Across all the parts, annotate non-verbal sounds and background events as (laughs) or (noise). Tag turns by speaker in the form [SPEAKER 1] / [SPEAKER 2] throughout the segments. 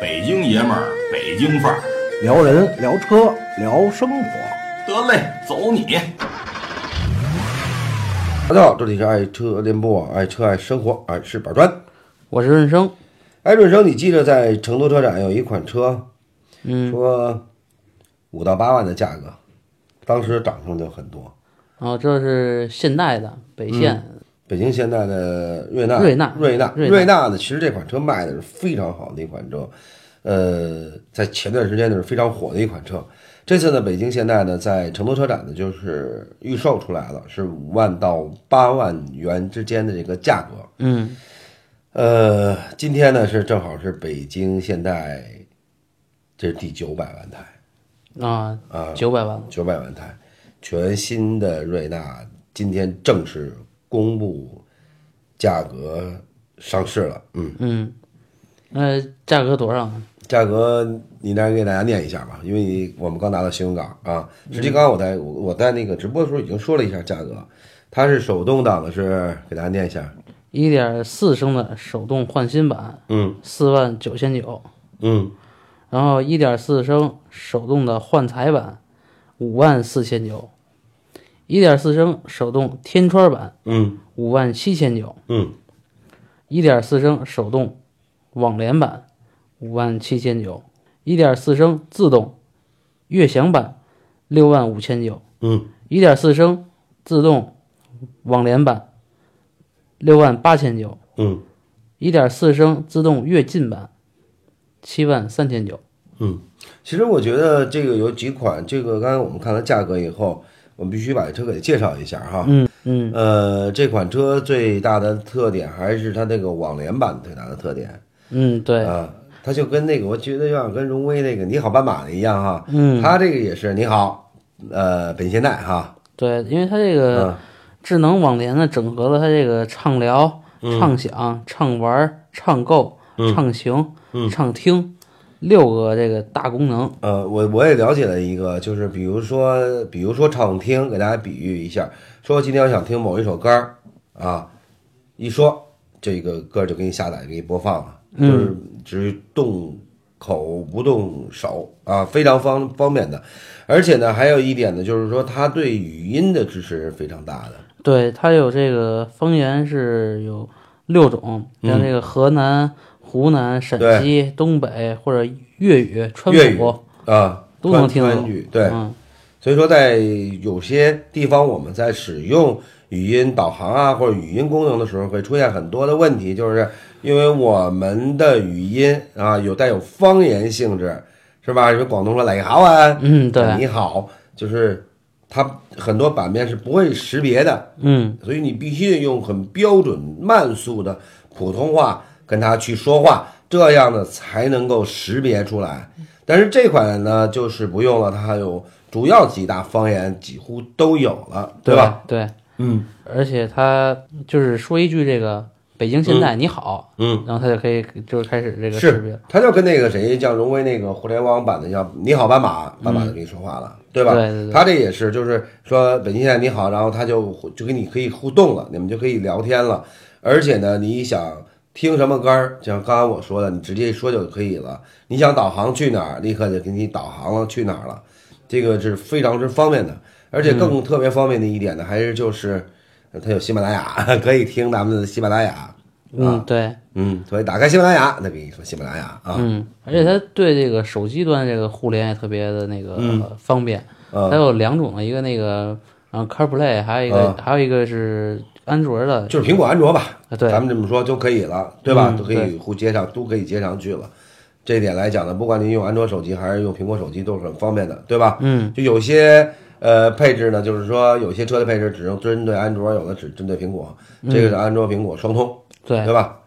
[SPEAKER 1] 北京爷们儿，北京范儿。
[SPEAKER 2] 聊人聊车聊生活，
[SPEAKER 1] 得嘞，走你！
[SPEAKER 3] 大家好，这里是爱车电波，爱车爱生活，俺是板砖。
[SPEAKER 4] 我是润生，
[SPEAKER 3] 哎，润生，你记得在成都车展有一款车，
[SPEAKER 4] 嗯，
[SPEAKER 3] 说五到八万的价格，当时涨上就很多。
[SPEAKER 4] 然后啊这是现代的北线，
[SPEAKER 3] 北京现代的瑞纳，
[SPEAKER 4] 瑞纳
[SPEAKER 3] 瑞纳，
[SPEAKER 4] 瑞纳
[SPEAKER 3] 瑞纳呢，其实这款车卖的是非常好的一款车，呃，在前段时间呢是非常火的一款车。这次呢，北京现代呢在成都车展呢就是预售出来了，是五万到八万元之间的这个价格。
[SPEAKER 4] 嗯
[SPEAKER 3] 呃，今天呢是正好是北京现代，这是第九百万台，
[SPEAKER 4] 啊，九百万了，
[SPEAKER 3] 九百万台，全新的瑞纳今天正式公布价格上市了。嗯，
[SPEAKER 4] 嗯，那价格多少呢？
[SPEAKER 3] 价格你来给大家念一下吧，因为你我们刚拿到新闻稿啊。实际刚刚我在我我在那个直播的时候已经说了一下价格，它是手动挡的是给大家念一下。
[SPEAKER 4] 一点四升的手动换新版，
[SPEAKER 3] 嗯
[SPEAKER 4] 四万九千九，
[SPEAKER 3] 嗯，
[SPEAKER 4] 然后一点四升手动的换彩版，五万四千九，一点四升手动天窗版，
[SPEAKER 3] 嗯
[SPEAKER 4] 五万七千九，
[SPEAKER 3] 嗯
[SPEAKER 4] 一点四升手动网联版五万七千九，一点四升自动悦享版六万五千九，
[SPEAKER 3] 嗯
[SPEAKER 4] 一点四升自动网联版六万八千九，
[SPEAKER 3] 嗯
[SPEAKER 4] 一点四升自动跃进版七万三千九。
[SPEAKER 3] 嗯，其实我觉得这个有几款，这个刚才我们看了价格以后，我们必须把这车给介绍一下哈。
[SPEAKER 4] 嗯嗯
[SPEAKER 3] 呃，这款车最大的特点还是它这个网联版最大的特点
[SPEAKER 4] 嗯，对，
[SPEAKER 3] 啊，它就跟那个我觉得有点跟荣威那个你好斑马那一样哈，
[SPEAKER 4] 嗯
[SPEAKER 3] 它这个也是你好，呃，本现代哈，
[SPEAKER 4] 对，因为它这个
[SPEAKER 3] 嗯
[SPEAKER 4] 智能网联呢，整合了它这个畅聊、
[SPEAKER 3] 嗯
[SPEAKER 4] 畅想、畅玩、畅购、畅行、
[SPEAKER 3] 嗯
[SPEAKER 4] 畅听六个这个大功能。
[SPEAKER 3] 呃，我我也了解了一个，就是比如说，比如说畅听，给大家比喻一下，说今天我想听某一首歌儿啊，一说这个歌儿就给你下载，给你播放了，
[SPEAKER 4] 嗯
[SPEAKER 3] 就是只动口不动手啊，非常方方便的。而且呢，还有一点呢，就是说它对语音的支持是非常大的。
[SPEAKER 4] 对，它有这个方言是有六种，像这个河南、湖南、
[SPEAKER 3] 嗯对
[SPEAKER 4] 陕西、东北或者粤语、川
[SPEAKER 3] 粤语
[SPEAKER 4] 普
[SPEAKER 3] 啊，
[SPEAKER 4] 都
[SPEAKER 3] 川
[SPEAKER 4] 能听得
[SPEAKER 3] 川
[SPEAKER 4] 懂
[SPEAKER 3] 剧对，
[SPEAKER 4] 嗯
[SPEAKER 3] 所以说，在有些地方我们在使用语音导航啊或者语音功能的时候，会出现很多的问题，就是因为我们的语音啊有带有方言性质，是吧？比如广东说“你好啊”，
[SPEAKER 4] 嗯
[SPEAKER 3] 你
[SPEAKER 4] 对，
[SPEAKER 3] 好，就是它很多版面是不会识别的，
[SPEAKER 4] 嗯
[SPEAKER 3] 所以你必须得用很标准慢速的普通话跟它去说话，这样呢才能够识别出来。但是这款呢，就是不用了，它还有主要几大方言几乎都有了，对吧？？
[SPEAKER 4] 对，
[SPEAKER 3] 嗯
[SPEAKER 4] 而且它就是说一句这个北京现代你好，
[SPEAKER 3] 嗯，
[SPEAKER 4] 然后它就可以就是开始这个识别
[SPEAKER 3] 是，，它就跟那个谁叫荣威那个互联网版的叫“你好，斑马”，斑马就跟你说话了，对吧？
[SPEAKER 4] 嗯对对对
[SPEAKER 3] 它这也是，就是说北京现在你好，然后它就就跟你可以互动了，你们就可以聊天了，而且呢，你想。听什么歌儿，就像刚才我说的，你直接一说就可以了。你想导航去哪儿，立刻就给你导航了去哪儿了，这个是非常之方便的。而且更
[SPEAKER 4] 嗯
[SPEAKER 3] 特别方便的一点呢，还是就是呃它有喜马拉雅， (laughs) 可以听咱们的喜马拉雅。啊
[SPEAKER 4] 嗯对，
[SPEAKER 3] 嗯，所以打开喜马拉雅，那给你说喜马拉雅啊。
[SPEAKER 4] 嗯，而且它对这个手机端这个互联也特别的那个呃方便，
[SPEAKER 3] 嗯
[SPEAKER 4] 它有两种，一个那个啊 CarPlay，还有一个还有一个是安卓的，
[SPEAKER 3] 啊就是苹果、安卓吧，
[SPEAKER 4] 啊对
[SPEAKER 3] 咱们这么说就可以了，对吧？
[SPEAKER 4] 嗯
[SPEAKER 3] 都可以互接上，都可以接上去了。这一点来讲呢，不管您用安卓手机还是用苹果手机，都是很方便的，对吧？
[SPEAKER 4] 嗯，
[SPEAKER 3] 就有些呃配置呢，就是说有些车的配置只能针对安卓，有的只针对苹果，这个是安卓、苹果双通，
[SPEAKER 4] 嗯对
[SPEAKER 3] 对吧？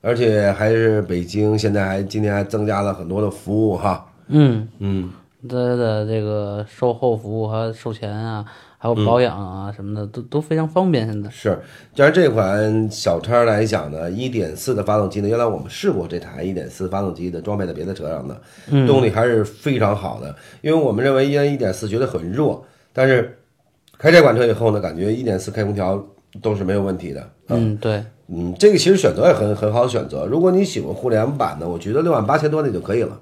[SPEAKER 3] 而且还是北京现在还今天还增加了很多的服务哈，
[SPEAKER 4] 嗯，
[SPEAKER 3] 嗯，
[SPEAKER 4] 它的这个售后服务和售前啊，还
[SPEAKER 3] 嗯
[SPEAKER 4] 有保养啊什么的，都都非常方便。现在，
[SPEAKER 3] 是，既然这款小叉来讲呢，一点四的发动机呢，原来我们试过这台一点四发动机的装配在别的车上的，动力还是非常好的。因为我们认为一点四觉得很弱，但是开这款车以后呢，感觉一点四开空调都是没有问题的。
[SPEAKER 4] 嗯，对，
[SPEAKER 3] 嗯，这个其实选择也很很好选择。如果你喜欢互联网版的，我觉得六万八千多那就可以了，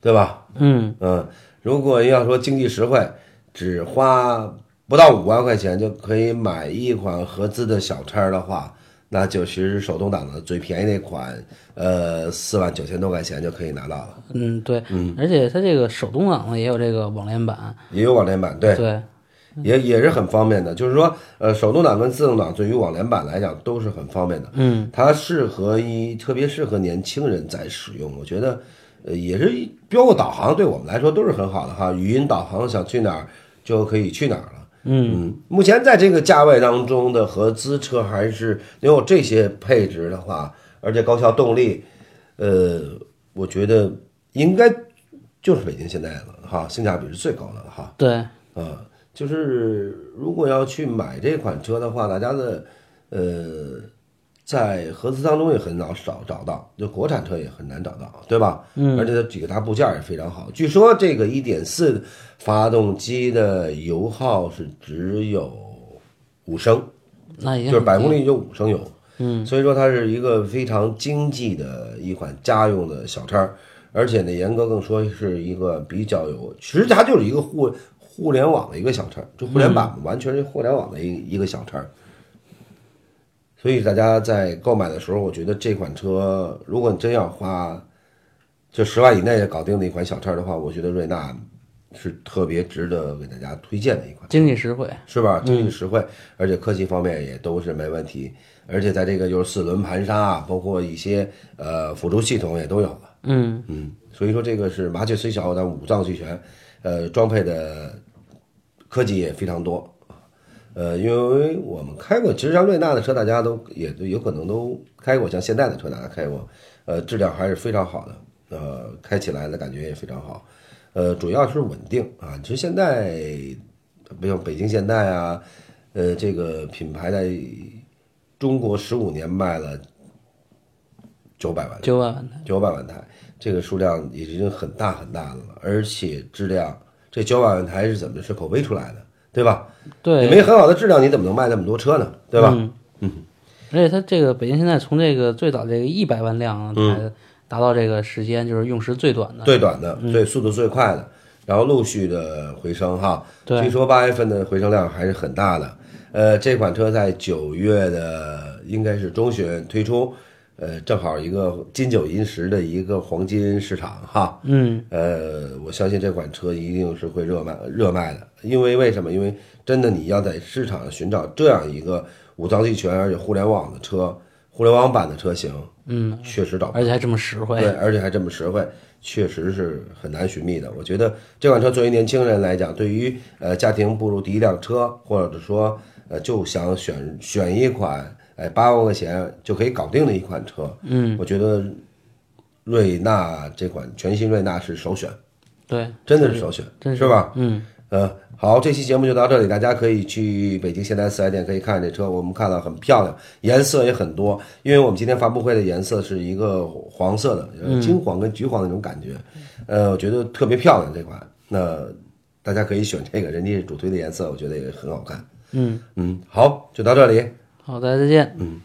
[SPEAKER 3] 对吧？
[SPEAKER 4] 嗯，
[SPEAKER 3] 嗯，如果要说经济实惠，只花不到五万块钱就可以买一款合资的小叉儿的话，那就其实手动挡的最便宜那款，呃，四万九千多块钱就可以拿到了，
[SPEAKER 4] 嗯，对，而且它这个手动挡的也有这个网联版，
[SPEAKER 3] 也有网联版，对，
[SPEAKER 4] 对，
[SPEAKER 3] 也也是很方便的。就是说，呃，手动挡跟自动挡对于网联版来讲都是很方便的。
[SPEAKER 4] 嗯，
[SPEAKER 3] 它适合一特别适合年轻人在使用，我觉得，呃，也是一包括导航对我们来说都是很好的哈，语音导航想去哪儿就可以去哪儿了。嗯，目前在这个价位当中的合资车还是拥有这些配置的话，而且高效动力，呃，我觉得应该就是北京现代了哈，性价比是最高的了哈。
[SPEAKER 4] 对，
[SPEAKER 3] 啊，就是如果要去买这款车的话，大家的呃，在合资当中也很难少找到，就国产车也很难找到，对吧？嗯，而且它几个大部件也非常好。据说这个1.4发动机的油耗是只有五升，
[SPEAKER 4] 那也
[SPEAKER 3] 就是百公
[SPEAKER 4] 里，
[SPEAKER 3] 里就五升油。嗯，所以说它是一个非常经济的一款家用的小车儿，而且呢，严格更说是一个比较有，其实它就是一个互互联网的一个小车儿，就互联版完全是互联网的一一个小车儿。所以大家在购买的时候，我觉得这款车，如果你真要花就十万以内搞定的一款小车儿的话，我觉得瑞纳是特别值得给大家推荐的一款。
[SPEAKER 4] 经济实惠，
[SPEAKER 3] 是吧？经济实惠，而且科技方面也都是没问题，而且在这个就是四轮盘刹啊，包括一些呃辅助系统也都有了。
[SPEAKER 4] 嗯，
[SPEAKER 3] 嗯，所以说这个是麻雀虽小，但五脏俱全，呃，装配的科技也非常多。呃，因为我们开过，其实像瑞纳的车，大家都也都有可能都开过，像现在的车大家开过，呃，质量还是非常好的，呃，开起来的感觉也非常好，呃，主要是稳定啊。其实现在，比如北京现代啊，呃，这个品牌在中国十五年卖了九百万辆
[SPEAKER 4] 九万万的，
[SPEAKER 3] 九百万台，这个数量已经很大很大的了，而且质量，这九百万台是怎么是口碑出来的，对吧？你
[SPEAKER 4] 对，
[SPEAKER 3] 没很好的质量，你怎么能卖那么多车呢？对吧？
[SPEAKER 4] 而且它这个北京现在从这个最早这个一百万辆才达到这个时间，就是用时最短
[SPEAKER 3] 嗯
[SPEAKER 4] 的，嗯
[SPEAKER 3] 最短的，最速度最快的，然后陆续的回升哈。
[SPEAKER 4] 对
[SPEAKER 3] 据说八月份的回升量还是很大的。呃，这款车在九月的应该是中旬推出，呃，正好一个金九银十的一个黄金市场哈。
[SPEAKER 4] 嗯，
[SPEAKER 3] 呃，我相信这款车一定是会热卖热卖的，因为为什么？因为真的你要在市场上寻找这样一个五脏俱全而且互联网的车，互联网版的车型，嗯，确实找不
[SPEAKER 4] 而且还这么实惠，
[SPEAKER 3] 对，而且还这么实惠，确实是很难寻觅的。我觉得这款车作为年轻人来讲，对于呃家庭步入第一辆车，或者说呃就想选选一款哎八万块钱就可以搞定的一款车，嗯，我觉得瑞纳这款全新瑞纳是首选，
[SPEAKER 4] 对，
[SPEAKER 3] 真的是首选，
[SPEAKER 4] 真
[SPEAKER 3] 是吧？
[SPEAKER 4] 嗯，
[SPEAKER 3] 呃，好，这期节目就到这里，大家可以去北京现代四 S 店可以看这车，我们看到很漂亮，颜色也很多，因为我们今天发布会的颜色是一个黄色的，呃
[SPEAKER 4] 嗯
[SPEAKER 3] 金黄跟橘黄那种感觉，呃，我觉得特别漂亮这款，那大家可以选这个，人家是主推的颜色，我觉得也很好看。
[SPEAKER 4] 嗯
[SPEAKER 3] 嗯，好，就到这里，
[SPEAKER 4] 好，大家再见。
[SPEAKER 3] 嗯，